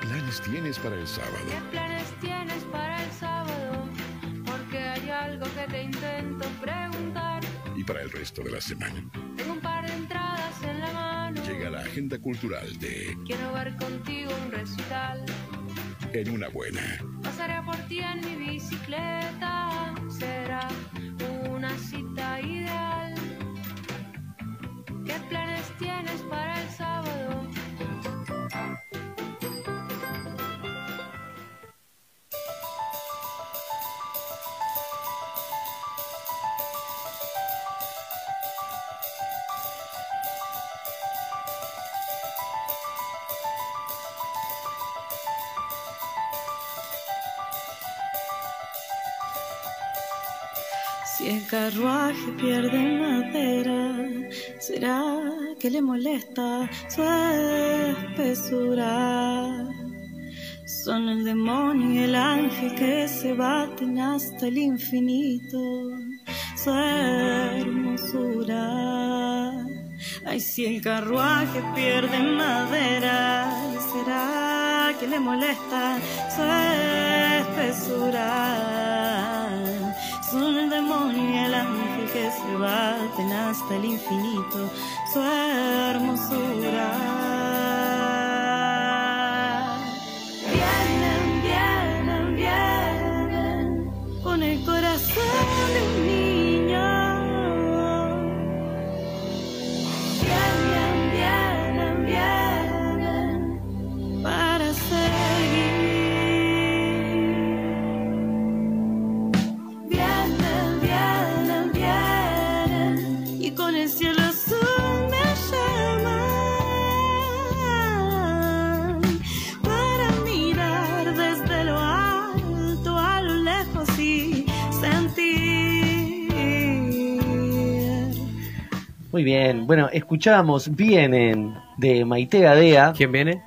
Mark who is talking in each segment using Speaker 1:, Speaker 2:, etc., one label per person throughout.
Speaker 1: planes tienes para el sábado?
Speaker 2: ¿Qué planes tienes para el sábado? Porque hay algo que te intento preguntar.
Speaker 1: Y para el resto de la semana.
Speaker 2: Tengo un par de entradas en la mano.
Speaker 1: Llega la agenda cultural de
Speaker 2: Quiero ver contigo un recital.
Speaker 1: En una buena.
Speaker 2: Pasaré por ti en mi bicicleta. Será una cita ideal. ¿Qué planes tienes para el sábado?
Speaker 3: Si el carruaje pierde madera, será que le molesta su espesura. Son el demonio y el ángel que se baten hasta el infinito, su hermosura. Ay, si el carruaje pierde madera, será que le molesta su espesura son el demonio y el ángel que se baten hasta el infinito, su hermosura. Vienen, vienen, vienen con el corazón de un niño. Vienen, vienen, vienen para seguir. Vienen, vienen, vienen y con el cielo azul me llaman para mirar desde lo alto a lo lejos y sentir.
Speaker 4: Muy bien, bueno, escuchamos Vienen de Maite Gadea.
Speaker 5: ¿Quién viene?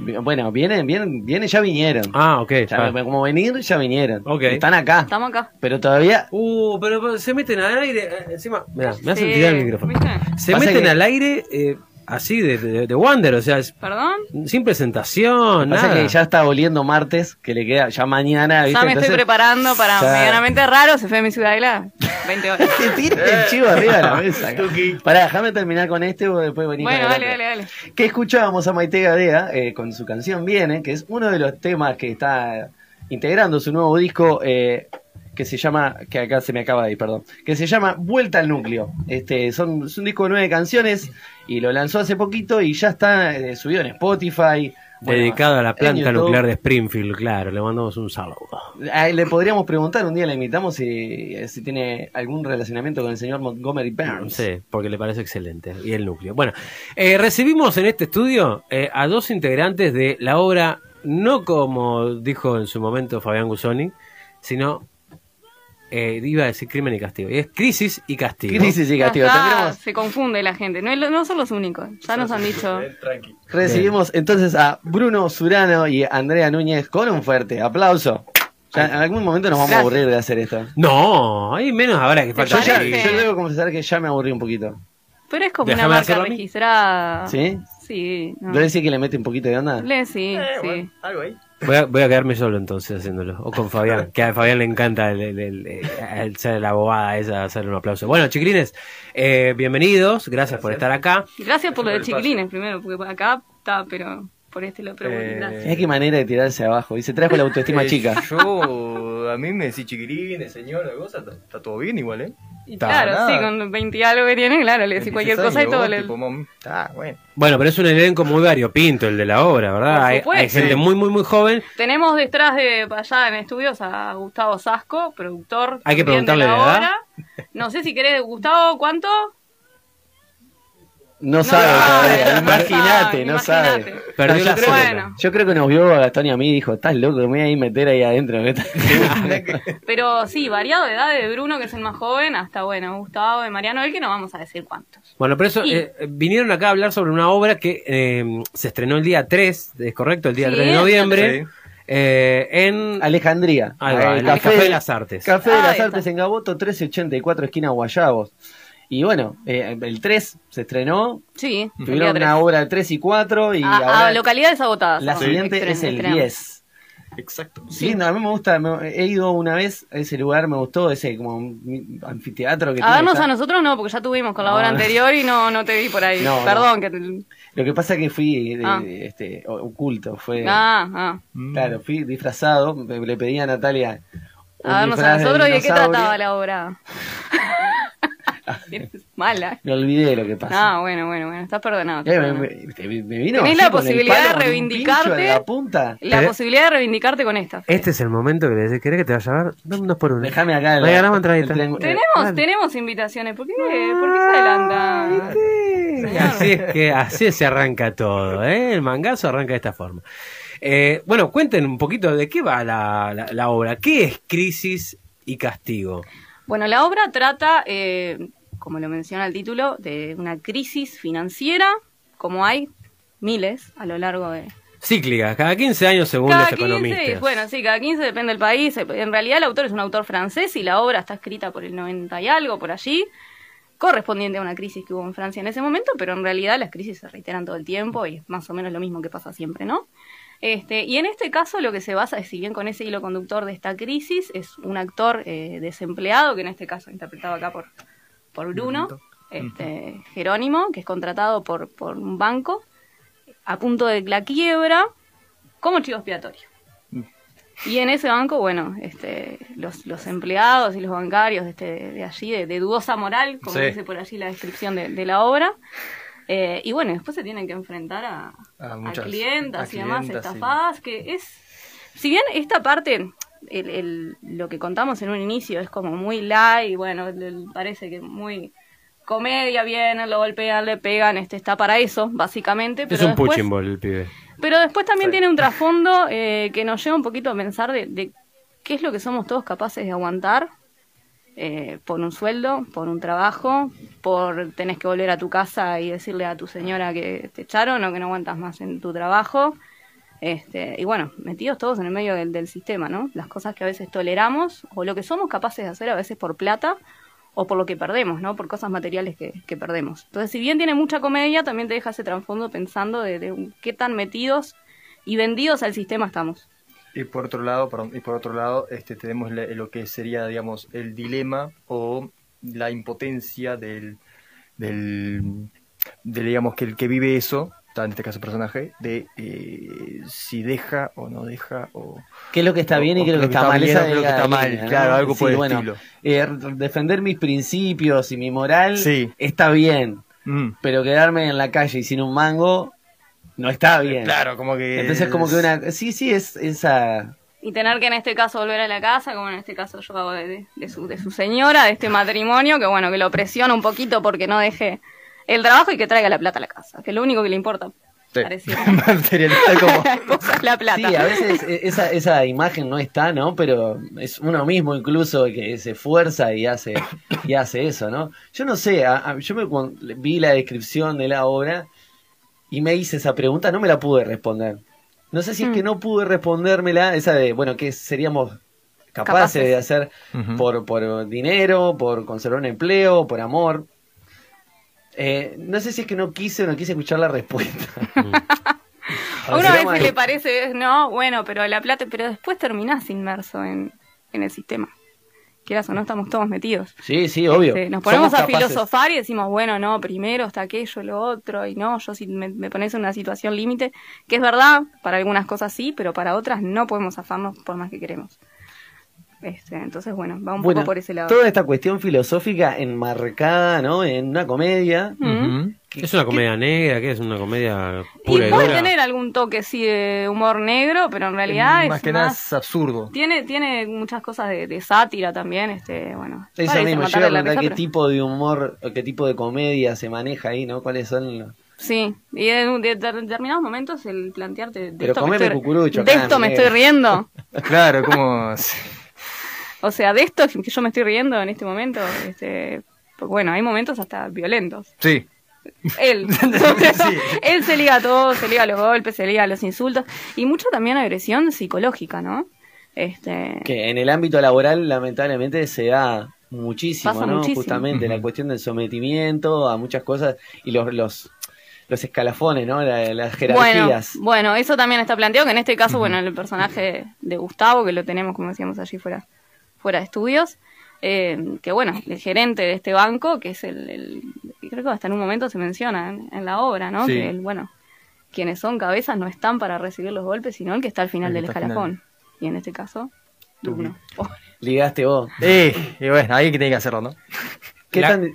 Speaker 4: Bueno, vienen, vienen, vienen, ya vinieron.
Speaker 5: Ah, ok.
Speaker 4: Ya,
Speaker 5: ya.
Speaker 4: Como venir, ya vinieron.
Speaker 5: Ok.
Speaker 4: Están acá.
Speaker 6: Estamos acá.
Speaker 4: Pero todavía
Speaker 5: Uh, pero, pero se meten al aire. eh, Encima, mirá, me hacen
Speaker 6: Sí,
Speaker 5: tirar el micrófono.
Speaker 6: Eh, ¿viste?
Speaker 5: Se
Speaker 4: Pasa
Speaker 5: meten
Speaker 4: que-
Speaker 5: al aire eh, así de, de, de Wander, o sea, es-
Speaker 6: ¿Perdón?
Speaker 5: sin presentación,
Speaker 4: pasa
Speaker 5: nada.
Speaker 4: que ya está oliendo martes, que le queda ya mañana. ¿viste?
Speaker 6: Ya me estoy
Speaker 4: Entonces,
Speaker 6: preparando para
Speaker 4: ya-
Speaker 6: medianamente raro. Se fue a mi ciudad de la 20 horas.
Speaker 4: Te tira
Speaker 5: Eh.
Speaker 4: el chivo arriba de la mesa. Pará, déjame terminar con este o después venimos.
Speaker 6: bueno, dale, dale, dale.
Speaker 4: Que escuchábamos a Maite Gadea eh, con su canción Viene, que es uno de los temas que está integrando su nuevo disco eh, que se llama, que acá se me acaba de ir, perdón, que se llama Vuelta al Núcleo. Este, son, es un disco de nueve canciones y lo lanzó hace poquito y ya está eh, subido en Spotify. bueno,
Speaker 5: Dedicado a la
Speaker 4: en
Speaker 5: planta
Speaker 4: YouTube.
Speaker 5: nuclear de Springfield, claro, le mandamos un saludo.
Speaker 4: A él le podríamos preguntar, un día le invitamos si, si tiene algún relacionamiento con el señor Montgomery Burns.
Speaker 5: Sí, porque le parece excelente. Y el núcleo. Bueno, eh, recibimos en este estudio eh, a dos integrantes de la obra, no como dijo en su momento Fabián Gusoni, sino eh, iba a decir crimen y castigo. Y es crisis y castigo.
Speaker 4: Crisis y castigo.
Speaker 6: Ya
Speaker 4: Tendremos-
Speaker 6: se confunde la gente. No, es lo- no son los únicos. Ya nos han dicho.
Speaker 4: Recibimos entonces a Bruno Zurano y Andrea Núñez con un fuerte aplauso. Ya en algún momento nos vamos a
Speaker 6: Gracias.
Speaker 4: aburrir de hacer esto.
Speaker 5: No, hay menos ahora que
Speaker 4: Yo,
Speaker 5: falta.
Speaker 4: ya-
Speaker 6: parece?
Speaker 4: yo debo confesar que ya me aburrí un poquito.
Speaker 6: Pero es como
Speaker 5: Déjame
Speaker 6: una marca
Speaker 5: hacerlo a mí.
Speaker 6: registrada.
Speaker 4: ¿Sí?
Speaker 6: Sí. Ah. no.
Speaker 4: ¿Debe decir que le mete un poquito de onda?
Speaker 6: Le, sí, sí.
Speaker 5: Voy a, voy a quedarme solo entonces haciéndolo. O con Fabián, que a Fabián le encanta el, el- el- el ser la bobada esa, hacer un aplauso. Bueno, chiquilines, eh, bienvenidos, gracias por estar acá.
Speaker 6: Gracias por lo de chiquilines primero, porque acá está, pero por este lo pero bueno,
Speaker 7: Eh,
Speaker 6: gracias.
Speaker 4: Mirá qué manera de tirarse abajo. Y se trajo la autoestima
Speaker 7: Eh,
Speaker 4: chica.
Speaker 7: Yo, a mí me decís chiquilines, señora, cosa, está, está todo bien igual, ¿eh?
Speaker 6: Y
Speaker 7: está,
Speaker 6: claro,
Speaker 7: nada.
Speaker 6: sí, con 20 y algo que tiene, claro, le decís cualquier
Speaker 7: 26
Speaker 6: cosa y
Speaker 7: años,
Speaker 6: todo
Speaker 7: vos,
Speaker 6: le.
Speaker 7: tipo, mam, Está, bueno.
Speaker 5: Bueno, pero es un elenco muy variopinto el de la obra, ¿verdad?
Speaker 6: Por
Speaker 5: Hay,
Speaker 6: supuesto.
Speaker 5: hay gente
Speaker 6: Sí.
Speaker 5: muy, muy, muy joven.
Speaker 6: Tenemos detrás de para allá en estudios a Gustavo Sasco, productor.
Speaker 5: Hay que
Speaker 6: también
Speaker 5: preguntarle
Speaker 6: de la
Speaker 5: la
Speaker 6: obra. No sé si querés, Gustavo, ¿cuánto?
Speaker 4: No sabe
Speaker 6: sabe,
Speaker 4: todavía.
Speaker 6: no
Speaker 4: Imagínate,
Speaker 6: sabe,
Speaker 4: no
Speaker 6: imagínate.
Speaker 4: sabe.
Speaker 5: Perdió
Speaker 4: No,
Speaker 5: la
Speaker 4: ya sé.
Speaker 6: Bueno.
Speaker 4: Yo creo que nos vio a Gastón y a mí y dijo, estás loco, me voy a ir a meter ahí adentro.
Speaker 6: Pero sí, variado de edad de Bruno, que es el más joven, hasta bueno, Gustavo de Mariano, el que no vamos a decir cuántos.
Speaker 5: Bueno, pero eso,
Speaker 6: Y-
Speaker 5: eh, vinieron acá a hablar sobre una obra que eh, se estrenó el día 3, es correcto, el día
Speaker 6: Sí.
Speaker 5: 3 de noviembre,
Speaker 7: Sí.
Speaker 5: eh, en...
Speaker 4: Alejandría.
Speaker 5: Ahí va,
Speaker 4: Eh,
Speaker 5: en el Café de las Artes.
Speaker 4: Café de
Speaker 6: Ahí
Speaker 4: las
Speaker 6: está.
Speaker 4: Artes en Gaboto 1384, esquina Guayabos. Y bueno, eh, el 3 se estrenó,
Speaker 6: Sí, el día
Speaker 4: tuvieron
Speaker 6: tres.
Speaker 4: una obra del 3 y 4 y
Speaker 6: a, a
Speaker 4: ahora
Speaker 6: Ah, localidades agotadas. Ah,
Speaker 4: la
Speaker 6: ahora.
Speaker 4: siguiente
Speaker 6: Estren-
Speaker 4: es el
Speaker 6: estrenamos.
Speaker 4: 10.
Speaker 7: Exacto.
Speaker 4: Lindo, a mí me gusta, me- he ido una vez a ese lugar, me gustó ese como un anfiteatro que
Speaker 6: A
Speaker 4: tiene,
Speaker 6: vernos
Speaker 4: está-
Speaker 6: a nosotros Ah, no, porque ya tuvimos con la
Speaker 4: No,
Speaker 6: obra
Speaker 4: no.
Speaker 6: anterior y no, no te vi por ahí.
Speaker 4: No, no.
Speaker 6: Perdón que te...
Speaker 4: Lo que pasa que fui de-
Speaker 6: Ah.
Speaker 4: este, o- oculto, fue...
Speaker 6: Ah, ah.
Speaker 4: Claro, fui disfrazado, me- le pedí a Natalia... un
Speaker 6: Ah, A vernos a
Speaker 4: disfraz de
Speaker 6: nosotros y de qué
Speaker 4: dinosaurio.
Speaker 6: trataba la obra. Eres Mala.
Speaker 4: Me olvidé lo que pasa.
Speaker 6: Ah, bueno, bueno, Ah, bueno, estás perdonado. estás
Speaker 4: Eh, me,
Speaker 6: perdonado.
Speaker 4: me- me vino
Speaker 6: Tenés
Speaker 4: así
Speaker 6: la
Speaker 4: con el
Speaker 6: posibilidad
Speaker 4: palo
Speaker 6: de
Speaker 4: con un
Speaker 6: reivindicarte.
Speaker 4: pincho en la punta. ¿Eh?
Speaker 6: La
Speaker 5: Pero-
Speaker 6: posibilidad de reivindicarte con esta. Fede.
Speaker 5: Este es el momento que le decís, ¿querés que te vaya a ver? Dame un dos por uno.
Speaker 4: Déjame acá el,
Speaker 5: Me ganamos entradita.
Speaker 4: el triángulo.
Speaker 6: Tenemos,
Speaker 5: dale.
Speaker 6: tenemos invitaciones. ¿Por qué, ¿por qué se adelanta?
Speaker 5: Así es que así se arranca todo, ¿eh? El mangazo arranca de esta forma. Eh, bueno, cuenten un poquito de qué va la, la- la obra. ¿Qué es crisis y castigo?
Speaker 6: Bueno, la obra trata, eh, como lo menciona el título, de una crisis financiera, como hay miles a lo largo de,
Speaker 5: Cíclicas, cada 15 años según
Speaker 6: Cada
Speaker 5: los
Speaker 6: 15,
Speaker 5: economistas.
Speaker 6: bueno, sí, cada 15 depende del país. En realidad el autor es un autor francés y la obra está escrita por el 90 y algo, por allí, correspondiente a una crisis que hubo en Francia en ese momento, pero en realidad las crisis se reiteran todo el tiempo y es más o menos lo mismo que pasa siempre, ¿no? Este, y en este caso lo que se basa, es, si bien con ese hilo conductor de esta crisis, es un actor eh, desempleado, que en este caso interpretado acá por, por Bruno, este, Jerónimo, que es contratado por, por un banco, a punto de la quiebra, como chivo expiatorio.
Speaker 7: Mm.
Speaker 6: Y en ese banco, bueno, este, los, los empleados y los bancarios de, este- de allí, de, de dudosa moral, como
Speaker 5: Sí.
Speaker 6: dice por allí la descripción de, de la obra. Eh, y bueno, después se tienen que enfrentar a,
Speaker 7: A
Speaker 6: a
Speaker 7: muchas-
Speaker 6: clientas
Speaker 7: a
Speaker 6: y demás
Speaker 7: clientas, sí.
Speaker 6: estafadas, que es... Si bien esta parte, el, el- lo que contamos en un inicio es como muy light, y bueno, el- el- parece que muy comedia, vienen, lo golpean, le pegan, este está para eso, básicamente. Pero
Speaker 5: es un
Speaker 6: después,
Speaker 5: punching ball el pibe.
Speaker 6: pero después también tiene un trasfondo eh, que nos lleva un poquito a pensar de, de qué es lo que somos todos capaces de aguantar eh, por un sueldo, por un trabajo, por tenés que volver a tu casa y decirle a tu señora que te echaron o que no aguantas más en tu trabajo. Este, y bueno, metidos todos en el medio del, del sistema, ¿no? Las cosas que a veces toleramos o lo que somos capaces de hacer a veces por plata o por lo que perdemos, ¿no? Por cosas materiales que, que perdemos. Entonces, si bien tiene mucha comedia, también te deja ese trasfondo pensando de, de un- qué tan metidos y vendidos al sistema estamos.
Speaker 7: Y por otro lado, perdón, y por otro lado, este tenemos la- lo que sería, digamos, el dilema o la impotencia del, del, del, digamos, que el que vive eso, está en este caso el personaje, de eh, si deja o no deja o
Speaker 4: ¿Qué es lo que está
Speaker 7: O-
Speaker 4: bien y
Speaker 7: o
Speaker 4: qué es lo que está mal?
Speaker 7: bien
Speaker 4: Esa
Speaker 7: o qué es lo que
Speaker 4: delgada
Speaker 7: está mal,
Speaker 4: línea, ¿no?
Speaker 7: claro, algo
Speaker 4: Sí,
Speaker 7: por el
Speaker 4: bueno,
Speaker 7: estilo.
Speaker 4: eh, re- defender mis principios y mi moral
Speaker 7: Sí.
Speaker 4: está bien,
Speaker 7: Mm.
Speaker 4: pero quedarme en la calle y sin un mango no está bien.
Speaker 7: Claro, como que
Speaker 4: Entonces como que una... Sí, sí, es esa...
Speaker 6: Y tener que en este caso volver a la casa, como en este caso yo hago de, de- de su, de su señora, de este matrimonio, que bueno, que lo presiona un poquito porque no deje el trabajo y que traiga la plata a la casa, que es lo único que le importa.
Speaker 7: Sí.
Speaker 6: pareciera.
Speaker 7: materialista como
Speaker 6: La cosa es la plata.
Speaker 4: Sí, a veces e- esa, esa imagen no está, ¿no? Pero es uno mismo incluso que se esfuerza y hace, y hace eso, ¿no? Yo no sé, a- a- yo me, cuan- vi la descripción de la obra y me hice esa pregunta, no me la pude responder. No sé si
Speaker 6: Mm.
Speaker 4: es que no pude respondérmela, esa de, bueno, ¿qué seríamos capaces,
Speaker 6: Capaces.
Speaker 4: de hacer
Speaker 7: Ujú.
Speaker 4: por, por dinero, por conservar un empleo, por amor? Eh, no sé si es que no quise o no quise escuchar la respuesta.
Speaker 6: A uno a
Speaker 4: Será
Speaker 6: veces
Speaker 4: mal.
Speaker 6: le parece, no, bueno, pero la plata, pero después terminás inmerso en, en el sistema. Quieras o no, estamos todos metidos.
Speaker 4: Sí, sí, obvio.
Speaker 6: Este, nos ponemos
Speaker 4: Somos
Speaker 6: a
Speaker 4: capaces.
Speaker 6: filosofar y decimos, bueno, no, primero está aquello, lo otro, y no, yo si me, me pones en una situación límite, que es verdad, para algunas cosas sí, pero para otras no podemos afarnos por más que queremos. Este, entonces, bueno, va un
Speaker 4: Bueno,
Speaker 6: poco por ese lado.
Speaker 4: Toda esta cuestión filosófica enmarcada, ¿no? En una comedia.
Speaker 6: Ujú.
Speaker 5: ¿Es una comedia negra? ¿Qué es una comedia
Speaker 6: Y
Speaker 5: pura y,
Speaker 6: puede
Speaker 5: dura?
Speaker 6: tener algún toque, sí, de humor negro, pero en
Speaker 4: Mm,
Speaker 6: realidad es
Speaker 7: más que nada es absurdo.
Speaker 6: Tiene, tiene muchas cosas de, de sátira también, este, bueno.
Speaker 4: Eso
Speaker 6: parece
Speaker 4: mismo, yo
Speaker 6: matarle
Speaker 4: iba a
Speaker 6: la
Speaker 4: preguntar qué
Speaker 6: risa, pero-
Speaker 4: tipo de humor, o qué tipo de comedia se maneja ahí, ¿no? ¿Cuáles son los...?
Speaker 6: Sí, y en de- de- determinados momentos el plantearte de
Speaker 4: Pero
Speaker 6: esto me
Speaker 4: comeme
Speaker 6: estoy,
Speaker 4: cucurucho,
Speaker 6: de
Speaker 4: acá, eh.
Speaker 6: esto me
Speaker 4: amigo.
Speaker 6: estoy riendo.
Speaker 7: Claro, como
Speaker 6: O sea, de esto que yo me estoy riendo en este momento, este, porque bueno, hay momentos hasta violentos.
Speaker 7: sí.
Speaker 6: Él, él se liga a todo, se liga a los golpes, se liga a los insultos y mucho también agresión psicológica, ¿no? Este,
Speaker 4: Que en el ámbito laboral, lamentablemente, se da muchísimo,
Speaker 6: Pasa
Speaker 4: ¿no?
Speaker 6: muchísimo.
Speaker 4: Justamente
Speaker 7: Ujú.
Speaker 4: la cuestión del sometimiento a muchas cosas y los los, los escalafones, ¿no? La- las
Speaker 6: Bueno,
Speaker 4: jerarquías.
Speaker 6: bueno, eso también está planteado, que en este caso, bueno, el personaje de Gustavo, que lo tenemos, como decíamos allí fuera, fuera de estudios, eh, que bueno, el gerente de este banco, que es el, el- creo que hasta en un momento se menciona en, en la obra, ¿no?
Speaker 7: Sí.
Speaker 6: Que el, bueno, quienes son cabezas no están para recibir los golpes, sino el que está al final
Speaker 7: El que
Speaker 6: del
Speaker 7: está al
Speaker 6: escalafón. Y en este caso,
Speaker 7: Tú.
Speaker 6: Duno. Oh,
Speaker 4: Ligaste vos.
Speaker 7: Eh, y bueno, alguien que tiene que hacerlo, ¿no?
Speaker 4: ¿Qué
Speaker 5: La-
Speaker 4: tan-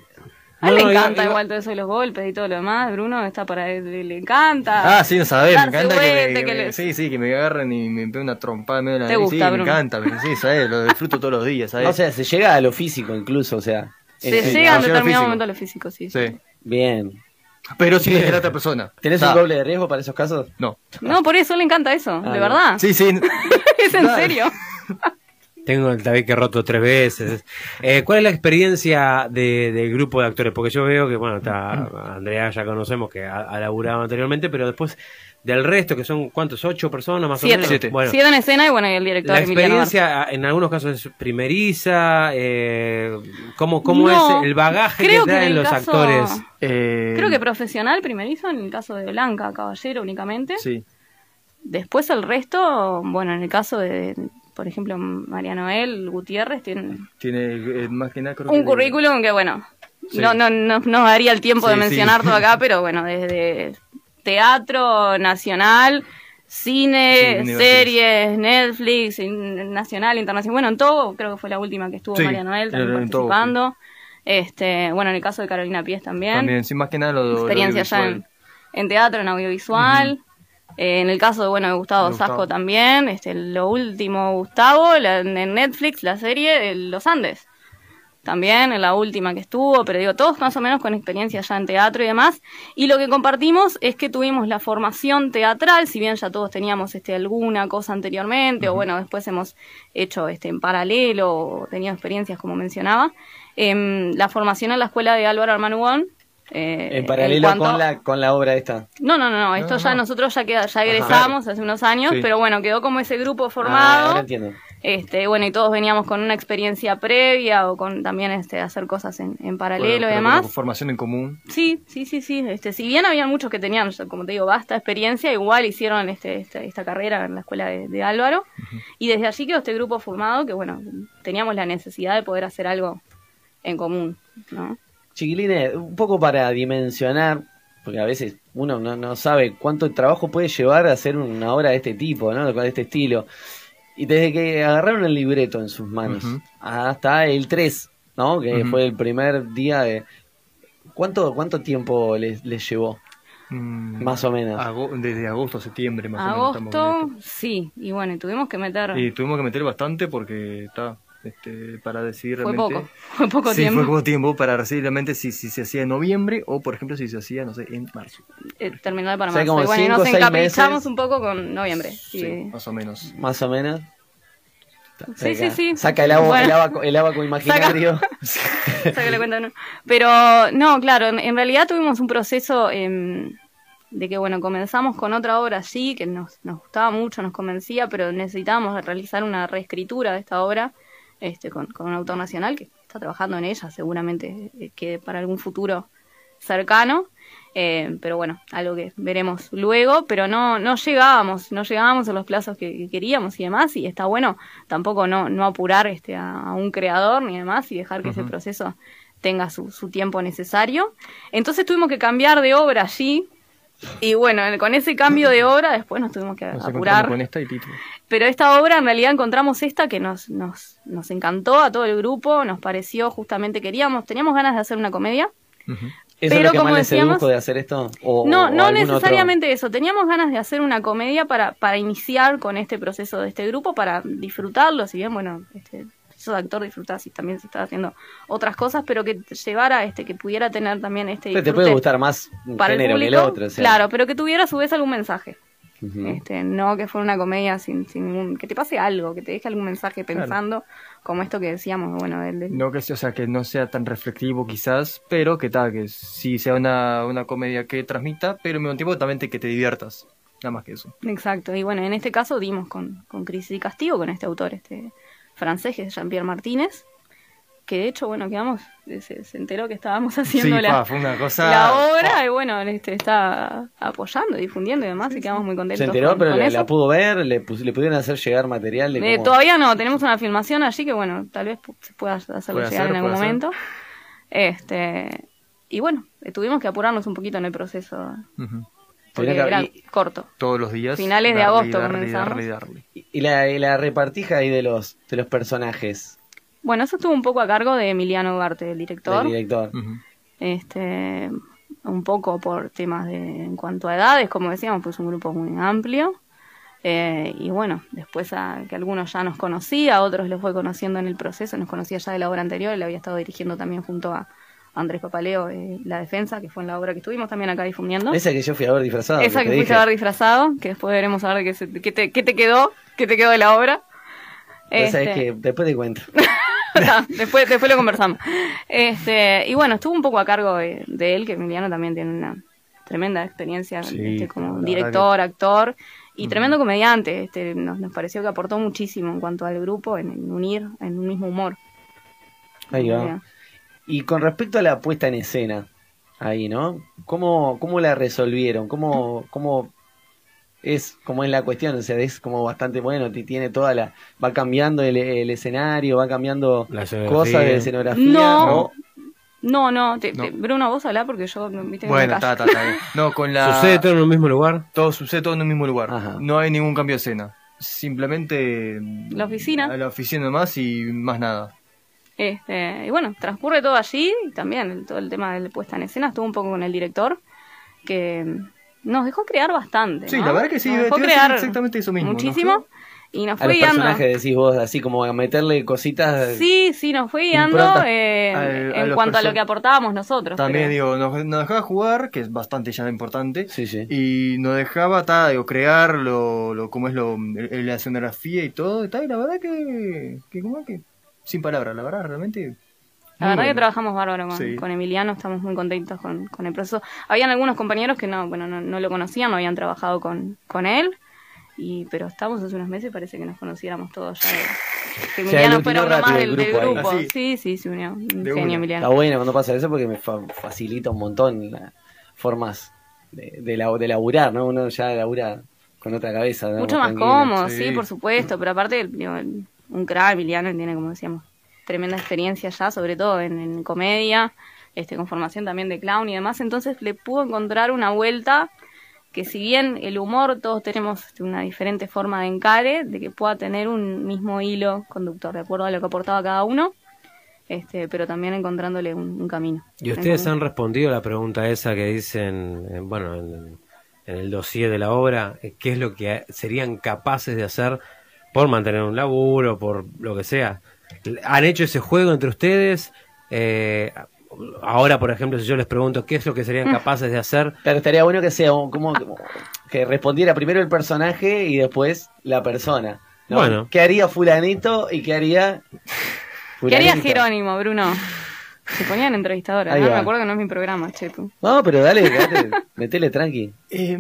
Speaker 6: A él
Speaker 5: No, no,
Speaker 6: le encanta
Speaker 5: iba-
Speaker 6: igual todo eso de los golpes y todo lo demás. Bruno está para él, le, le encanta.
Speaker 7: Ah, sí, no sabés, me
Speaker 6: darse
Speaker 7: encanta que me,
Speaker 6: vuelta, que
Speaker 7: que me-
Speaker 6: le-
Speaker 7: sí, sí, que me agarren y me peguen una trompada en medio de la
Speaker 6: Te
Speaker 7: nariz. Sí,
Speaker 6: gusta,
Speaker 7: me
Speaker 6: Bruno.
Speaker 7: encanta, pero sí, sabes, lo disfruto todos los días, sabes.
Speaker 4: O sea, se llega a lo físico incluso, o sea.
Speaker 6: Se
Speaker 4: en-
Speaker 6: llega en
Speaker 7: llega al
Speaker 6: determinado
Speaker 7: Eh, físico.
Speaker 6: momento a lo físico, sí.
Speaker 7: sí.
Speaker 4: Bien.
Speaker 7: Pero si es de la otra persona.
Speaker 4: ¿Tenés
Speaker 7: Ah,
Speaker 4: un doble de riesgo para esos casos?
Speaker 7: No.
Speaker 6: No, por eso le encanta eso,
Speaker 4: Ah,
Speaker 6: de
Speaker 4: bien.
Speaker 6: verdad.
Speaker 7: Sí, sí.
Speaker 6: es en
Speaker 7: Claro.
Speaker 6: serio.
Speaker 5: Tengo el tabique roto tres veces. Eh, ¿Cuál es la experiencia de- del grupo de actores? Porque yo veo que, bueno,
Speaker 6: Mm.
Speaker 5: está Andrea, ya conocemos que ha, ha laburado anteriormente, pero después del resto, que son, ¿cuántos? ¿Ocho personas más
Speaker 6: Siete.
Speaker 5: o menos?
Speaker 7: Siete.
Speaker 5: Bueno,
Speaker 6: Siete en escena y bueno, y el director
Speaker 5: la
Speaker 6: Emiliano Barros.
Speaker 5: experiencia en algunos casos es primeriza. Eh, ¿Cómo, cómo
Speaker 6: No,
Speaker 5: es el bagaje que
Speaker 6: creo que en
Speaker 5: traen
Speaker 6: el
Speaker 5: los
Speaker 6: caso-
Speaker 5: actores?
Speaker 7: Eh,
Speaker 6: Creo que profesional primerizo en el caso de Blanca Caballero únicamente.
Speaker 7: Sí.
Speaker 6: Después el resto, bueno, en el caso de, por ejemplo, María Noel Gutiérrez, tienen
Speaker 7: Tiene eh, más que nada creo que
Speaker 6: un
Speaker 7: de-
Speaker 6: currículum que bueno,
Speaker 7: Sí.
Speaker 6: no, no, no, no daría el tiempo de
Speaker 7: Sí, sí.
Speaker 6: mencionar todo acá, pero bueno, desde teatro nacional, cine,
Speaker 7: Sí,
Speaker 6: series, Netflix, in- nacional, internacional, bueno, en todo, creo que fue la última que estuvo
Speaker 7: Sí,
Speaker 6: María Noel
Speaker 7: en-
Speaker 6: también
Speaker 7: en todo,
Speaker 6: participando. este, bueno, en el caso de Carolina Pies también,
Speaker 7: También, sí, más que nada lo lo
Speaker 6: experiencia ya en,
Speaker 7: audiovisual.
Speaker 6: en teatro, en audiovisual. Eh, en el caso de, bueno, de Gustavo
Speaker 7: De
Speaker 6: Sasco
Speaker 7: Gustavo.
Speaker 6: también, este, lo último Gustavo, la- en Netflix, la serie eh, Los Andes también, en la última que estuvo, pero digo, todos más o menos con experiencia ya en teatro y demás. Y lo que compartimos es que tuvimos la formación teatral, si bien ya todos teníamos este, alguna cosa anteriormente, o bueno, después hemos hecho este, en paralelo, o tenido experiencias como mencionaba, em, la formación en la escuela de Álvaro Armanugón. eh,
Speaker 4: En paralelo
Speaker 6: cuanto-
Speaker 4: con la con la obra esta.
Speaker 6: No, no, no, no, esto
Speaker 7: No,
Speaker 6: ya
Speaker 7: no.
Speaker 6: nosotros ya, queda, ya egresamos hace unos años,
Speaker 7: Sí.
Speaker 6: pero bueno, quedó como ese grupo
Speaker 4: Ah,
Speaker 6: formado.
Speaker 4: ahora entiendo.
Speaker 6: Este, bueno, y todos veníamos con una experiencia previa o con también este, hacer cosas en, en
Speaker 7: Pero-
Speaker 6: paralelo
Speaker 7: pero
Speaker 6: y
Speaker 7: con
Speaker 6: demás.
Speaker 7: Formación en común.
Speaker 6: Sí, sí, sí, sí. Este, si bien había muchos que tenían, ya, como te digo, vasta experiencia, igual hicieron este, esta, esta carrera en la escuela de, de Álvaro. Y desde allí quedó este grupo formado que, bueno, teníamos la necesidad de poder hacer algo en común, ¿no?
Speaker 4: Chiquilines, un poco para dimensionar, porque a veces uno no, no sabe cuánto trabajo puede llevar a hacer una obra de este tipo, ¿no? De este estilo. Y desde que agarraron el libreto en sus manos
Speaker 7: Ujú.
Speaker 4: hasta el 3, ¿no? Que
Speaker 7: Ujú.
Speaker 4: fue el primer día de... ¿Cuánto, cuánto tiempo les, les llevó?
Speaker 7: Mm,
Speaker 4: Más o menos.
Speaker 7: ago- desde agosto a septiembre, más o menos. estamos
Speaker 6: Agosto, Ah.
Speaker 7: en
Speaker 6: sí. Y bueno, y tuvimos que meter...
Speaker 7: esto. Y tuvimos que meter bastante porque está. Este, para decidir
Speaker 6: fue
Speaker 7: realmente.
Speaker 6: poco, fue poco
Speaker 7: sí,
Speaker 6: tiempo.
Speaker 7: fue poco tiempo para decidir realmente si, si se hacía en noviembre o, por ejemplo, si se hacía, no sé, en marzo.
Speaker 6: eh, terminó de Panamá.
Speaker 4: O sea, como
Speaker 6: Y bueno, y
Speaker 4: cinco,
Speaker 6: nos
Speaker 4: seis
Speaker 6: encaprichamos
Speaker 4: meses.
Speaker 6: un poco con noviembre.
Speaker 7: Sí,
Speaker 6: Y-
Speaker 7: más o menos.
Speaker 4: Más o menos. Saca-
Speaker 6: Sí, sí, sí.
Speaker 4: Saca el, abo-
Speaker 6: Bueno.
Speaker 4: el abaco, el abaco imaginario.
Speaker 6: Sácale cuenta uno. Pero no, claro, en, en realidad tuvimos un proceso em, de que, bueno, comenzamos con otra obra allí que nos, nos gustaba mucho, nos convencía, pero necesitábamos realizar una reescritura de esta obra este, con, con un autor nacional que está trabajando en ella, seguramente eh, quede para algún futuro cercano. Eh, pero bueno, algo que veremos luego, pero no, no llegábamos, no llegábamos a los plazos que, que queríamos y demás, y está bueno tampoco no, no apurar este, a, a un creador ni demás y dejar que ese proceso tenga su, su tiempo necesario. Entonces tuvimos que cambiar de obra allí, y bueno, con ese cambio de obra después nos tuvimos que
Speaker 7: Nos
Speaker 6: apurar.
Speaker 7: encontramos con esta y Tito.
Speaker 6: Pero esta obra en realidad encontramos esta que nos, nos, nos encantó a todo el grupo, nos pareció justamente queríamos, teníamos ganas de hacer una comedia.
Speaker 7: Ujú.
Speaker 4: ¿Eso es
Speaker 6: Pero
Speaker 4: lo que
Speaker 6: como
Speaker 4: más les
Speaker 6: decíamos-
Speaker 4: sedujo de hacer esto? ¿O- o
Speaker 6: No, no
Speaker 4: algún otro?
Speaker 6: necesariamente eso. Teníamos ganas de hacer una comedia para, para iniciar con este proceso de este grupo, para disfrutarlo, si bien, bueno, este, yo de actor disfrutás y también se estaba haciendo otras cosas, pero que llevara, este, que pudiera tener también este
Speaker 4: Pero te
Speaker 6: disfrute
Speaker 4: puede gustar más un
Speaker 6: para el
Speaker 4: género que el
Speaker 6: público,
Speaker 4: otro. o sea.
Speaker 6: Claro, pero que tuviera a su vez algún mensaje.
Speaker 4: Ujú.
Speaker 6: Este, no que fuera una comedia sin, sin ningún, que te pase algo, que te deje algún mensaje pensando, como esto que decíamos, bueno, del, del-
Speaker 7: No que sea, o sea, que no sea tan reflexivo quizás, pero que tal, que sí sea una, una comedia que transmita, pero al mismo tiempo también te- que te diviertas. Nada más que eso.
Speaker 6: Exacto, y bueno, en este caso dimos con, con Crisis y Castigo, con este autor este francés, que es Jean-Pierre Martínez, que de hecho, bueno, quedamos, se, se enteró que estábamos haciendo la,
Speaker 7: pa, fue una cosa.
Speaker 6: la obra y bueno, este, está apoyando, difundiendo y demás y quedamos muy contentos.
Speaker 4: Se enteró,
Speaker 6: con-
Speaker 4: pero
Speaker 6: con
Speaker 4: la,
Speaker 6: eso.
Speaker 4: la pudo ver, le, pus- le pudieron hacer llegar material de
Speaker 6: Eh,
Speaker 4: cómo-
Speaker 6: todavía no, tenemos una filmación allí que bueno, tal vez pu- se pueda hacerlo
Speaker 7: Puede
Speaker 6: llegar
Speaker 7: ser,
Speaker 6: en algún
Speaker 7: puede ser.
Speaker 6: momento. Este y bueno, eh, tuvimos que apurarnos un poquito en el proceso
Speaker 7: Ujú.
Speaker 6: porque
Speaker 4: Tenía que-
Speaker 6: era
Speaker 4: y-
Speaker 6: corto.
Speaker 7: Todos los días.
Speaker 6: Finales de
Speaker 7: darle,
Speaker 6: agosto
Speaker 7: darle,
Speaker 6: comenzamos.
Speaker 7: darle, darle.
Speaker 4: Y la, y la repartija ahí de los, de los personajes
Speaker 6: Bueno, eso estuvo un poco a cargo de Emiliano Ugarte, el director.
Speaker 4: del director.
Speaker 7: Ujú.
Speaker 6: Este un poco por temas de en cuanto a edades, como decíamos, pues un grupo muy amplio. Eh, y bueno, después a, que algunos ya nos conocía, otros los fue conociendo en el proceso, nos conocía ya de la obra anterior, le había estado dirigiendo también junto a Andrés Papaleo eh, La Defensa, que fue en la obra que estuvimos también acá difundiendo.
Speaker 4: Esa que yo fui a ver disfrazado.
Speaker 6: Esa
Speaker 4: que
Speaker 6: que
Speaker 4: te
Speaker 6: fuiste
Speaker 4: dije.
Speaker 6: a ver disfrazado, que después veremos a ver qué, se- qué te, qué te quedó, qué te quedó de la obra.
Speaker 4: Vos sabés
Speaker 6: Este,
Speaker 4: que después te cuento.
Speaker 6: Ta, Ah, después, después lo conversamos. Este, y bueno, estuvo un poco a cargo de, de él, que Emiliano también tiene una tremenda experiencia
Speaker 7: Sí,
Speaker 6: este, como
Speaker 7: la
Speaker 6: director, actor y tremendo comediante. Este, nos, nos pareció que aportó muchísimo en cuanto al grupo, en, en unir, en un mismo humor. Este,
Speaker 4: Ahí
Speaker 6: Mira.
Speaker 4: va. Y con respecto a la puesta en escena, ahí, ¿no? ¿Cómo, cómo la resolvieron? ¿Cómo, cómo es como es la cuestión? O sea, es como bastante bueno, ti- tiene toda la... Va cambiando el, el escenario, va cambiando
Speaker 5: La escenografía.
Speaker 4: cosas de escenografía.
Speaker 6: No.
Speaker 4: ¿o?
Speaker 6: No, no, te-
Speaker 7: No.
Speaker 6: te- Bruno, vos hablá porque yo no- viste que me
Speaker 7: Bueno, ta,
Speaker 6: callo.
Speaker 7: ta, ta. bien. No, con
Speaker 4: ah,
Speaker 7: la.
Speaker 5: ¿Sucede todo en el mismo lugar?
Speaker 7: Todo sucede todo en un mismo lugar.
Speaker 4: Ajá.
Speaker 7: No hay ningún cambio de escena. Simplemente. mm,
Speaker 6: La oficina.
Speaker 7: A la oficina más y más nada.
Speaker 6: Este, y bueno, transcurre todo allí y también el- todo el tema de la puesta en escena estuvo un poco con el director que mm, nos dejó crear bastante.
Speaker 7: Sí,
Speaker 6: ¿no?
Speaker 7: la verdad que sí,
Speaker 6: Nos
Speaker 7: te
Speaker 6: dejó
Speaker 7: iba a decir
Speaker 6: crear
Speaker 7: exactamente eso mismo, nos
Speaker 6: Muchísimo.
Speaker 7: dejó-
Speaker 6: Y nos
Speaker 4: A
Speaker 6: fue
Speaker 4: los
Speaker 6: guiando.
Speaker 4: personajes decís vos, así como a meterle cositas...
Speaker 6: Sí, sí, nos fue guiando
Speaker 4: Improntas
Speaker 6: eh,
Speaker 7: eh, al- a
Speaker 6: en
Speaker 7: los
Speaker 6: cuanto a lo
Speaker 7: person-
Speaker 6: que aportábamos nosotros.
Speaker 7: También,
Speaker 6: pero-
Speaker 7: digo, nos, nos dejaba jugar, que es bastante ya importante.
Speaker 4: Sí, sí.
Speaker 7: Y nos dejaba, ta, digo, crear lo, lo, cómo es lo, el- la escenografía y todo. ta, y la verdad que. que ¿Cómo es que? Sin palabras, la verdad, realmente.
Speaker 6: La
Speaker 7: muy
Speaker 6: verdad que
Speaker 7: bueno.
Speaker 6: trabajamos bárbaro con,
Speaker 7: Sí.
Speaker 6: con Emiliano, estamos muy contentos con, con el proceso. Habían algunos compañeros que no, bueno, no, no lo conocían, no habían trabajado con, con él, y, pero estamos hace unos meses, parece que nos conociéramos todos ya. de- que
Speaker 4: Se
Speaker 6: Emiliano
Speaker 4: aglutinó
Speaker 6: fuera uno más
Speaker 4: rápido el
Speaker 6: del, del
Speaker 4: grupo ahí.
Speaker 6: grupo.
Speaker 7: Ah, sí.
Speaker 6: Sí, sí, se unió. Un
Speaker 7: De
Speaker 6: genio
Speaker 7: una.
Speaker 4: Está
Speaker 6: Emiliano.
Speaker 4: bueno cuando pasa eso porque me fa- facilita un montón las formas de, de, la- de laburar, ¿no? Uno ya labura con otra cabeza. ¿no?
Speaker 6: Mucho más
Speaker 4: tranquilo.
Speaker 6: cómodo, sí.
Speaker 7: sí.
Speaker 6: por supuesto, pero aparte, digo, el- un crack Emiliano él tiene, como decíamos, tremenda experiencia ya, sobre todo en, en comedia, este con formación también de clown y demás, entonces le pudo encontrar una vuelta que si bien el humor todos tenemos este, una diferente forma de encare, de que pueda tener un mismo hilo conductor, de acuerdo a lo que aportaba cada uno, este pero también encontrándole un, un camino.
Speaker 5: ¿Y ustedes
Speaker 6: Entonces,
Speaker 5: han respondido a la pregunta esa que dicen, en- bueno, en, en el dossier de la obra, eh, qué es lo que ha- serían capaces de hacer por mantener un laburo, por lo que sea? ¿Han hecho ese juego entre ustedes? Eh, ahora, por ejemplo, si yo les pregunto qué es lo que serían capaces de hacer,
Speaker 4: Claro, estaría bueno que sea un- como, como que respondiera primero el personaje y después la persona. ¿no?
Speaker 5: Bueno.
Speaker 4: ¿Qué haría fulanito y qué haría
Speaker 6: ¿Qué haría
Speaker 4: fulanito?
Speaker 6: Jerónimo, Bruno? Se ponían entrevistadora,
Speaker 4: Ahí
Speaker 6: ¿no?
Speaker 4: va.
Speaker 6: Me acuerdo que no es mi programa, Chetu.
Speaker 4: No, pero dale, dale metele tranqui.
Speaker 7: Eh,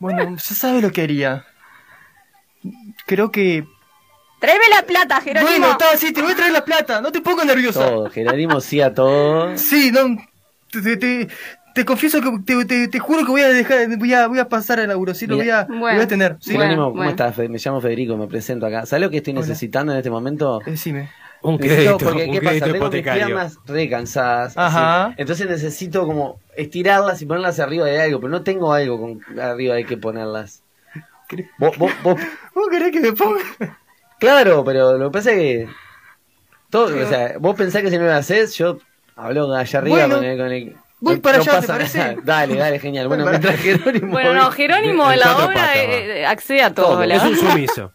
Speaker 7: bueno, ya sabe lo que haría. Creo que.
Speaker 6: Tráeme la plata, Jerónimo.
Speaker 7: Bueno, está, sí, te voy a traer la plata, no te pongas nerviosa.
Speaker 4: Todo, Jerónimo sí a todo.
Speaker 7: Sí, no. Te, te- te- te confieso que te, te- te juro que voy a dejar, voy a, voy a pasar al laburo, sí, lo voy
Speaker 4: Mira.
Speaker 7: a, lo voy a tener. Sí,
Speaker 4: Jerónimo, ¿cómo
Speaker 6: bueno.
Speaker 4: estás? Fe- Me llamo Federico, me presento acá. ¿Sabes lo que estoy
Speaker 7: Hola.
Speaker 4: necesitando en este momento?
Speaker 7: Eh, decime.
Speaker 5: un
Speaker 4: Necesito-
Speaker 5: crédito,
Speaker 4: porque,
Speaker 5: un
Speaker 4: ¿qué pasa?
Speaker 5: crédito
Speaker 4: Tengo mis
Speaker 5: hipotecario.
Speaker 4: piernas recansadas. así.
Speaker 7: Ajá.
Speaker 4: Entonces necesito como estirarlas y ponerlas arriba de algo, pero no tengo algo con, arriba de que ponerlas.
Speaker 7: ¿Querés-
Speaker 4: Vos- vos- vos-
Speaker 7: ¿Vos querés que me ponga?
Speaker 4: claro, pero lo que pasa es que. Todo, o sea, vos pensás que si no lo haces, yo hablo allá arriba
Speaker 7: Bueno,
Speaker 4: con el. con el-
Speaker 7: voy
Speaker 4: no-
Speaker 7: para
Speaker 4: no
Speaker 7: allá, ¿te
Speaker 4: pasa
Speaker 7: parece?
Speaker 4: nada. Dale, dale, genial. Bueno,
Speaker 7: Para-
Speaker 4: mientras Jerónimo.
Speaker 6: Bueno, no, Jerónimo de
Speaker 5: En
Speaker 6: la
Speaker 5: cuatro
Speaker 6: obra
Speaker 5: patas,
Speaker 6: eh, eh, accede a todo.
Speaker 4: Todo,
Speaker 6: la
Speaker 5: Es un
Speaker 6: verdad.
Speaker 5: sumiso.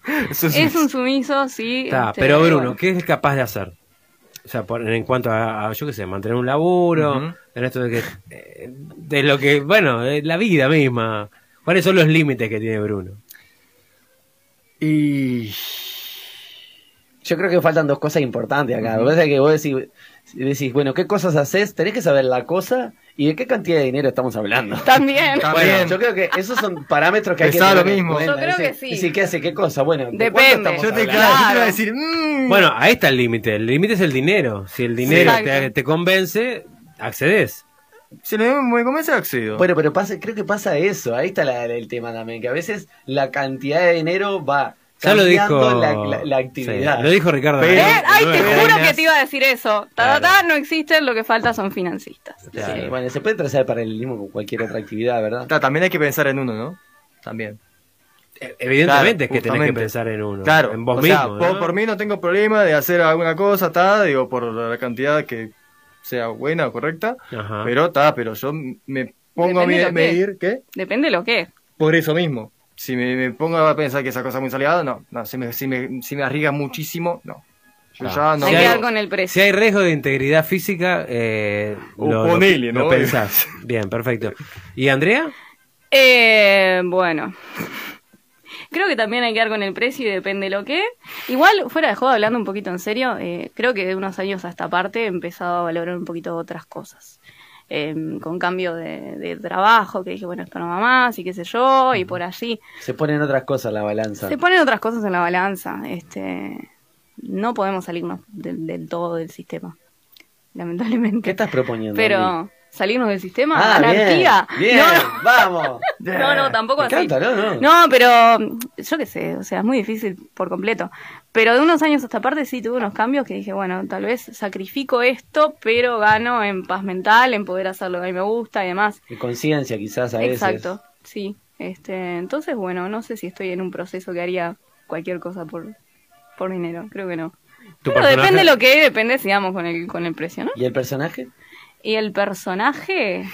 Speaker 6: Es un sumiso, sí.
Speaker 5: Está,
Speaker 6: este,
Speaker 5: pero Bruno,
Speaker 6: bueno.
Speaker 5: ¿qué es capaz de hacer? O sea, por- en cuanto a, a, yo qué sé, mantener un laburo,
Speaker 7: Ujú.
Speaker 5: en esto de que. eh, de lo que. Bueno, de la vida misma. ¿Cuáles son los límites que tiene Bruno?
Speaker 7: Y.
Speaker 4: Yo creo que faltan dos cosas importantes acá. Lo que pasa es que vos decís, y decís, bueno, ¿qué cosas haces? Tenés que saber la cosa y de qué cantidad de dinero estamos hablando.
Speaker 6: También.
Speaker 4: Bueno,
Speaker 7: También.
Speaker 4: yo creo que esos son parámetros que hay que
Speaker 7: Pensaba
Speaker 4: tener
Speaker 7: lo
Speaker 4: en
Speaker 7: mismo.
Speaker 4: cuenta.
Speaker 6: Yo creo
Speaker 4: Decís,
Speaker 6: que sí.
Speaker 4: decís, ¿qué hace? ¿Qué cosa? Bueno, ¿de cuánto
Speaker 6: Depende.
Speaker 4: estamos
Speaker 7: Yo te,
Speaker 4: hablando?
Speaker 7: claro, yo te iba a
Speaker 6: Claro.
Speaker 7: decir,
Speaker 6: Eh.
Speaker 7: mm,
Speaker 5: Bueno, ahí está el límite. El límite es el dinero. Si el dinero
Speaker 6: Exacto.
Speaker 5: te, te convence, accedes.
Speaker 7: si lo vemos muy comienzo, accedo.
Speaker 4: Bueno, pero pasa, creo que pasa eso. Ahí está la- el tema también, que a veces la cantidad de dinero va
Speaker 5: Ya lo
Speaker 4: cambiando
Speaker 5: dijo.
Speaker 4: la, la- la actividad.
Speaker 5: Sí, lo dijo Ricardo.
Speaker 7: Pero-
Speaker 5: Galán.
Speaker 6: ¿Eh? Ay, te
Speaker 7: Nueve
Speaker 6: juro
Speaker 7: reinas.
Speaker 6: que te iba a decir eso. Ta, ta, ta,
Speaker 5: Claro.
Speaker 6: no existen, lo que falta son financistas.
Speaker 4: Sí,
Speaker 5: Claro.
Speaker 4: bueno, se puede trazar el paralelismo con cualquier otra actividad, ¿verdad?
Speaker 7: Ta- también hay que pensar en uno, ¿no? También.
Speaker 5: Eh, Evidentemente
Speaker 7: Claro,
Speaker 5: es que tenés que
Speaker 7: justamente.
Speaker 5: pensar en uno.
Speaker 7: Claro,
Speaker 5: En vos
Speaker 7: o
Speaker 5: mismo.
Speaker 7: sea, por,
Speaker 5: ¿no?
Speaker 7: por mí no tengo problema de hacer alguna cosa, ta, digo, por la cantidad que sea buena o correcta,
Speaker 5: Ajá.
Speaker 7: pero ta, pero yo me pongo a
Speaker 6: Depende
Speaker 7: me-
Speaker 6: de lo que-
Speaker 7: medir, ¿qué?
Speaker 6: Depende de lo que.
Speaker 7: Por eso mismo. Si me, me pongo a pensar que esa cosa es muy salada, no, no, si me, si me, si me arriesga muchísimo, no. Yo
Speaker 5: Claro.
Speaker 7: ya no.
Speaker 6: Hay
Speaker 5: Si
Speaker 6: que
Speaker 5: hay-
Speaker 6: dar con el precio.
Speaker 5: Si hay riesgo de integridad física, eh,
Speaker 7: O ponele,
Speaker 5: lo
Speaker 7: ¿no?
Speaker 5: pensás. Bien, perfecto. ¿Y Andrea?
Speaker 6: Eh, bueno. Creo que también hay que dar con el precio y depende lo que. Igual, fuera de juego, hablando un poquito en serio, eh, creo que de unos años a esta parte he empezado a valorar un poquito otras cosas. Eh, con cambio de, de trabajo, que dije, bueno, esto no va más y qué sé yo, y por allí.
Speaker 4: Se ponen otras cosas en la balanza.
Speaker 6: Se ponen otras cosas en la balanza. Este, no podemos salirnos del, del todo del sistema, lamentablemente.
Speaker 4: ¿Qué estás proponiendo? Andy?
Speaker 6: Pero salirnos del sistema,
Speaker 4: Ah,
Speaker 6: anarquía.
Speaker 4: Bien, bien,
Speaker 6: No, no.
Speaker 4: vamos.
Speaker 6: No, no, tampoco
Speaker 4: Me
Speaker 6: así.
Speaker 4: encanta, no, no.
Speaker 6: No, pero mm, yo qué sé, o sea, es muy difícil por completo. Pero de unos años a esta parte sí tuve unos cambios que dije, bueno, tal vez sacrifico esto, pero gano en paz mental, en poder hacer lo que a mí me gusta y demás.
Speaker 4: Y conciencia quizás a veces.
Speaker 6: Exacto, sí. Este, entonces, bueno, no sé si estoy en un proceso que haría cualquier cosa por, por dinero, creo que no.
Speaker 5: ¿Tu
Speaker 6: Pero
Speaker 5: personaje?
Speaker 6: depende lo que depende, sigamos con el, con el precio, ¿no?
Speaker 4: ¿Y el personaje?
Speaker 6: Y el personaje,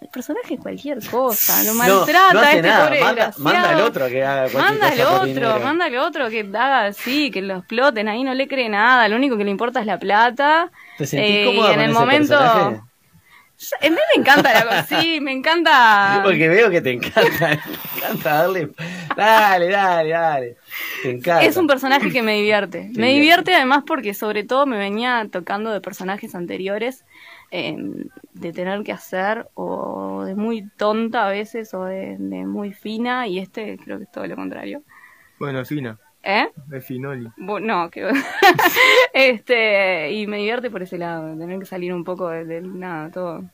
Speaker 6: el personaje es cualquier cosa, Ah, lo
Speaker 4: No,
Speaker 6: maltrata
Speaker 4: no
Speaker 6: a
Speaker 4: hace
Speaker 6: este
Speaker 4: nada,
Speaker 6: pobre
Speaker 4: manda-
Speaker 6: desgraciado.
Speaker 4: manda al otro que haga cualquier
Speaker 6: Manda al
Speaker 4: cosa por
Speaker 6: otro,
Speaker 4: dinero.
Speaker 6: manda al otro que haga así, que lo exploten, ahí no le cree nada, lo único que le importa es la plata.
Speaker 4: ¿Te sentís
Speaker 6: Eh,
Speaker 4: cómoda
Speaker 6: y en
Speaker 4: con
Speaker 6: el
Speaker 4: ese
Speaker 6: momento
Speaker 4: personaje?
Speaker 6: Ya- A mí me encanta la cosa, sí, me encanta.
Speaker 4: Porque veo que te encanta, te encanta darle. Dale, dale, dale. Te encanta.
Speaker 6: Es un personaje que me divierte.
Speaker 4: Te
Speaker 6: Me
Speaker 4: divierte.
Speaker 6: divierte además porque sobre todo me venía tocando de personajes anteriores, eh, de tener que hacer o de muy tonta a veces o de, de muy fina y este creo que es todo lo contrario.
Speaker 7: Bueno, es fina,
Speaker 6: ¿Eh?
Speaker 7: es finoli.
Speaker 6: Bu- No, creo. este, y me divierte por ese lado, de tener que salir un poco de, de nada, todo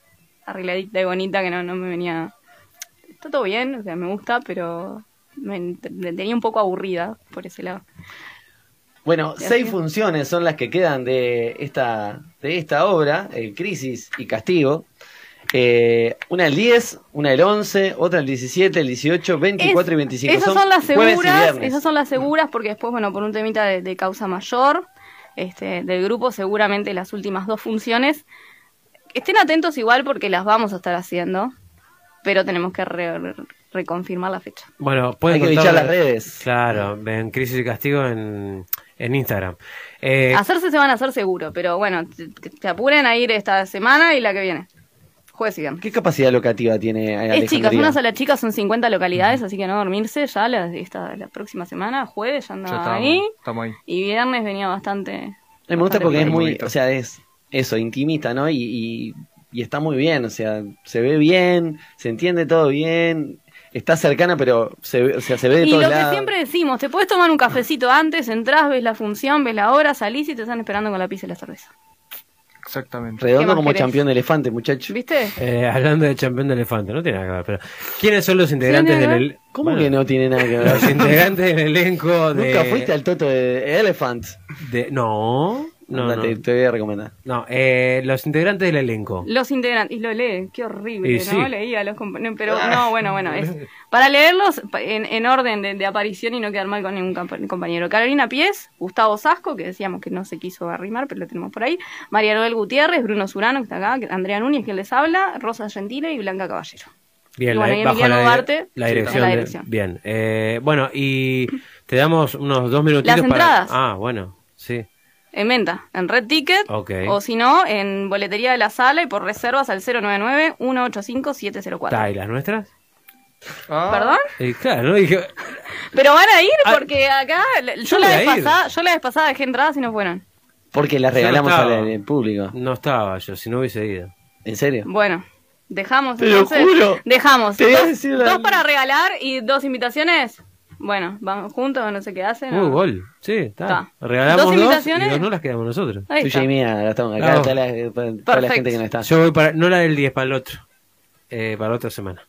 Speaker 6: arregladita y bonita que no, no me venía. Está todo bien, o sea, me gusta, pero me, me tenía un poco aburrida por ese lado.
Speaker 4: Bueno,
Speaker 6: Gracias.
Speaker 4: seis funciones son las que quedan de esta, de esta obra, el Crisis y Castigo. Eh, una el 10, una el 11, otra el 17, el 18, 24 y
Speaker 6: Es-
Speaker 4: 25.
Speaker 6: Esas son, las
Speaker 4: jueves y
Speaker 6: seguras,
Speaker 4: viernes.
Speaker 6: esas son las seguras porque después, bueno, por un temita de, de causa mayor este, del grupo, seguramente las últimas dos funciones. Estén atentos igual porque las vamos a estar haciendo, pero tenemos que re- re- reconfirmar la fecha.
Speaker 5: Bueno, pueden
Speaker 4: Hay que
Speaker 5: encontrar-
Speaker 4: bichar las redes.
Speaker 5: Claro, en Crisis y Castigo en, en Instagram. Eh,
Speaker 6: Hacerse se van a hacer seguro, pero bueno, te- que te apuren a ir esta semana y la que viene. Jueves y viernes.
Speaker 4: ¿Qué capacidad locativa tiene Alejandría?
Speaker 6: Es Eh, chicas, una sola chica, son 50 localidades, así que no dormirse, ya la, esta- la próxima semana, jueves, ya
Speaker 7: Ya
Speaker 6: andaba
Speaker 7: estamos,
Speaker 6: ahí.
Speaker 7: estamos ahí.
Speaker 6: Y viernes venía bastante.
Speaker 4: Me gusta
Speaker 6: bastante
Speaker 4: porque es
Speaker 6: bien.
Speaker 4: muy,
Speaker 7: bonito.
Speaker 4: o sea, es eso, intimista, ¿no? Y, y- y está muy bien, o sea, se ve bien, se entiende todo bien, está cercana, pero se, ve- o sea, se ve de
Speaker 6: Y
Speaker 4: todos
Speaker 6: lo
Speaker 4: lados.
Speaker 6: que siempre decimos, te puedes tomar un cafecito antes, entras, ves la función, ves la hora, salís y te están esperando con la pizza y la cerveza.
Speaker 7: Exactamente.
Speaker 6: ¿Qué
Speaker 4: Redondo
Speaker 6: más
Speaker 4: como
Speaker 6: querés?
Speaker 4: campeón de elefante, muchacho.
Speaker 6: ¿Viste?
Speaker 5: eh, hablando de campeón de elefante, no tiene nada que ver, pero ¿quiénes son los integrantes
Speaker 6: tiene
Speaker 5: del
Speaker 6: que ver.
Speaker 5: el-
Speaker 4: ¿Cómo
Speaker 5: Bueno,
Speaker 4: que no tiene nada que
Speaker 5: Los
Speaker 4: ver?
Speaker 5: integrantes del elenco de.
Speaker 4: Nunca fuiste al toto de Elephant.
Speaker 5: de- no, no.
Speaker 4: Anda,
Speaker 5: no.
Speaker 4: Te, te voy a recomendar.
Speaker 5: No, eh, los integrantes del elenco.
Speaker 6: Los integrantes. Y lo lee, qué horrible,
Speaker 5: Y
Speaker 6: ¿no?
Speaker 5: sí.
Speaker 6: Leía los compa- no, Pero no, bueno, bueno, es. Para leerlos pa- en, en orden de, de aparición y no quedar mal con ningún campa- compañero. Carolina Pies, Gustavo Sasco, que decíamos que no se quiso arrimar, pero lo tenemos por ahí. María Noel Gutiérrez, Bruno Surano, que está acá, que- Andrea Núñez, quien les habla, Rosa Gentile y Blanca Caballero.
Speaker 5: Bien,
Speaker 6: Y bueno,
Speaker 5: la,
Speaker 6: y
Speaker 5: bajo la,
Speaker 6: Emiliano
Speaker 5: dire-
Speaker 6: Duarte,
Speaker 5: la
Speaker 6: sí,
Speaker 5: dirección.
Speaker 6: la
Speaker 5: de-
Speaker 6: dirección.
Speaker 5: bien. Eh, bueno, y te damos unos dos minutitos
Speaker 6: Las
Speaker 5: para.
Speaker 6: entradas.
Speaker 5: Ah, bueno, sí.
Speaker 6: En venta, en Red Ticket,
Speaker 5: Ok.
Speaker 6: o si no, en boletería de la sala y por reservas al 099-185-704.
Speaker 5: Ta, ¿Y las nuestras?
Speaker 7: Ah,
Speaker 6: ¿Perdón?
Speaker 5: Eh, claro, ¿no? dije.
Speaker 6: Pero van a ir
Speaker 5: Ah.
Speaker 6: porque acá,
Speaker 5: Yo
Speaker 6: yo la,
Speaker 5: voy
Speaker 6: vez
Speaker 5: a ir.
Speaker 6: pasada, yo la vez pasada dejé entradas y no fueron.
Speaker 4: Porque las
Speaker 5: Yo no
Speaker 4: regalamos
Speaker 5: estaba.
Speaker 4: al, al público.
Speaker 5: No estaba yo, si no hubiese ido.
Speaker 4: ¿En serio?
Speaker 6: Bueno, dejamos.
Speaker 4: Te lo
Speaker 6: entonces.
Speaker 4: juro.
Speaker 6: Dejamos.
Speaker 4: Te voy a
Speaker 6: Dos-
Speaker 4: decir
Speaker 6: dos,
Speaker 4: la-
Speaker 6: para regalar y dos invitaciones. Bueno, vamos juntos, no sé qué hacen.
Speaker 5: Uh,
Speaker 6: no.
Speaker 5: gol. Sí, está.
Speaker 6: Está.
Speaker 5: Regalamos
Speaker 6: ¿Dos
Speaker 5: dos,
Speaker 6: invitaciones?
Speaker 5: y dos no las quedamos nosotros.
Speaker 6: Ahí
Speaker 4: Tuya
Speaker 6: está.
Speaker 4: y mía, la estamos- acá
Speaker 5: Ah,
Speaker 4: está la, eh, para- toda la
Speaker 6: Perfecto.
Speaker 4: gente que no está.
Speaker 5: Yo voy para. No la del 10, para el otro. Eh, para la otra semana.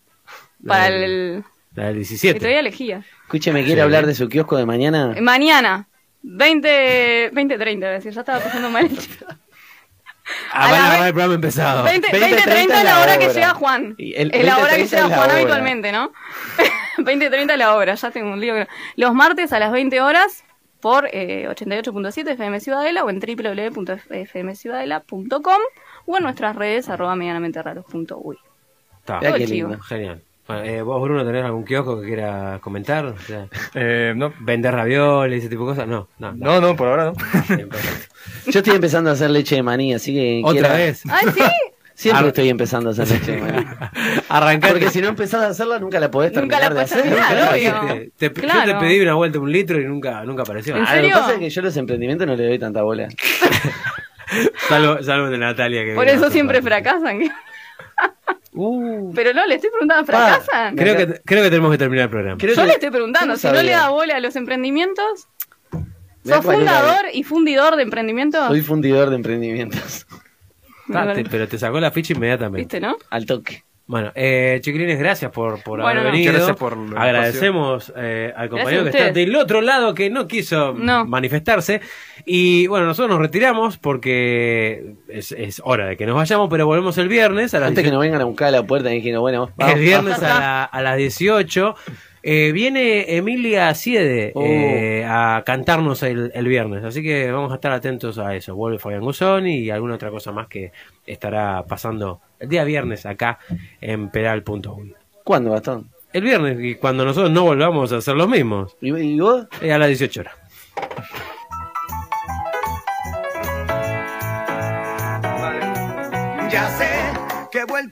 Speaker 5: La
Speaker 6: Para
Speaker 5: del-
Speaker 6: el.
Speaker 5: La del
Speaker 6: Y todavía
Speaker 5: 17.
Speaker 6: elegía.
Speaker 4: Escúcheme, ¿quiere
Speaker 5: Sí.
Speaker 4: hablar de su kiosco de mañana?
Speaker 6: Eh, Mañana, 20. 20, 30, decir, ya estaba pasando mal.
Speaker 5: Ah, van
Speaker 6: a
Speaker 5: a
Speaker 6: la ve-
Speaker 5: grabar el programa empezado.
Speaker 6: 20,
Speaker 4: 20,
Speaker 6: 20, 30 es la hora que llega Juan.
Speaker 4: Y el-
Speaker 6: es la
Speaker 4: 20,
Speaker 6: hora que
Speaker 4: 30
Speaker 6: llega
Speaker 4: es la
Speaker 6: Juan
Speaker 4: hora.
Speaker 6: habitualmente, ¿no? 20, 30 es la hora, ya tengo un lío. Los martes a las 20 horas por eh, 88.7 FM Ciudadela o en www.fmciudadela.com o en nuestras redes arroba medianamente raros.uy.
Speaker 5: Está.
Speaker 4: Mirá qué
Speaker 6: Todo chivo.
Speaker 4: lindo.
Speaker 5: Genial. Bueno, eh, ¿Vos, Bruno, tenés algún kiosco que quieras comentar? O sea,
Speaker 7: Eh, no,
Speaker 5: ¿Vender ravioles, ese tipo de cosas? No, no.
Speaker 7: no, no, por ahora no.
Speaker 5: Bien, perfecto.
Speaker 4: Yo estoy empezando a hacer leche de maní, así que...
Speaker 5: Otra
Speaker 4: quiera-
Speaker 5: vez.
Speaker 6: ¡Ay, sí!
Speaker 4: Siempre
Speaker 5: Ar-
Speaker 4: estoy empezando a hacer leche de maní.
Speaker 5: Arrancate.
Speaker 4: Porque si no empezás a hacerla, nunca la podés
Speaker 6: Nunca
Speaker 4: terminar
Speaker 6: la
Speaker 4: de
Speaker 6: podés
Speaker 4: hacer.
Speaker 6: terminar,
Speaker 4: Claro.
Speaker 6: obvio.
Speaker 5: Te- te- Yo te
Speaker 6: Claro.
Speaker 5: pedí una vuelta de un litro y nunca, nunca apareció.
Speaker 6: ¿En
Speaker 4: Ah, lo que
Speaker 6: serio?
Speaker 4: pasa es que yo los emprendimientos no le doy tanta bola.
Speaker 5: Salvo, salvo de Natalia. Que
Speaker 6: Por
Speaker 5: vino
Speaker 6: eso
Speaker 5: hace
Speaker 6: siempre
Speaker 5: rato.
Speaker 6: fracasan.
Speaker 5: Uh,
Speaker 6: Pero no, le estoy preguntando, ¿fracasan?
Speaker 5: creo, que, creo que tenemos que terminar el programa.
Speaker 4: Creo
Speaker 6: Yo
Speaker 4: que-
Speaker 6: le estoy preguntando,
Speaker 4: ¿Cómo
Speaker 6: si no
Speaker 4: sabía?
Speaker 6: le da bola a los emprendimientos,
Speaker 4: Mirá
Speaker 6: ¿sos
Speaker 4: cuál era
Speaker 6: fundador y fundidor de emprendimientos?
Speaker 4: Soy fundidor de emprendimientos.
Speaker 5: Ah, te- pero te sacó la ficha inmediatamente.
Speaker 6: ¿Viste, no?
Speaker 4: Al toque.
Speaker 5: Bueno, eh, chiquilines, gracias por, por
Speaker 6: Bueno, no.
Speaker 5: haber venido.
Speaker 7: Gracias por el
Speaker 5: Agradecemos eh, al compañero que
Speaker 6: Gracias a
Speaker 5: está
Speaker 6: ustedes.
Speaker 5: del otro lado que no quiso
Speaker 6: No.
Speaker 5: manifestarse. Y bueno, nosotros nos retiramos porque es, es hora de que nos vayamos, pero volvemos el viernes a las
Speaker 4: Antes que
Speaker 5: 18.
Speaker 4: nos vengan a buscar a la puerta diciendo, bueno, vamos,
Speaker 5: El viernes
Speaker 4: vamos.
Speaker 5: a, la- a las 18. Eh, viene Emilia Siede
Speaker 4: Oh.
Speaker 5: eh, a cantarnos el, el viernes, así que vamos a estar atentos a eso. Vuelve Fabián Guzón y alguna otra cosa más que estará pasando el día viernes acá en pedal.uy.
Speaker 4: ¿Cuándo, Bastón?
Speaker 5: El viernes, y cuando nosotros no volvamos a hacer los mismos,
Speaker 4: ¿Y- ¿Y vos?
Speaker 5: eh, a las 18 horas.
Speaker 8: Ya sé que he vuelto.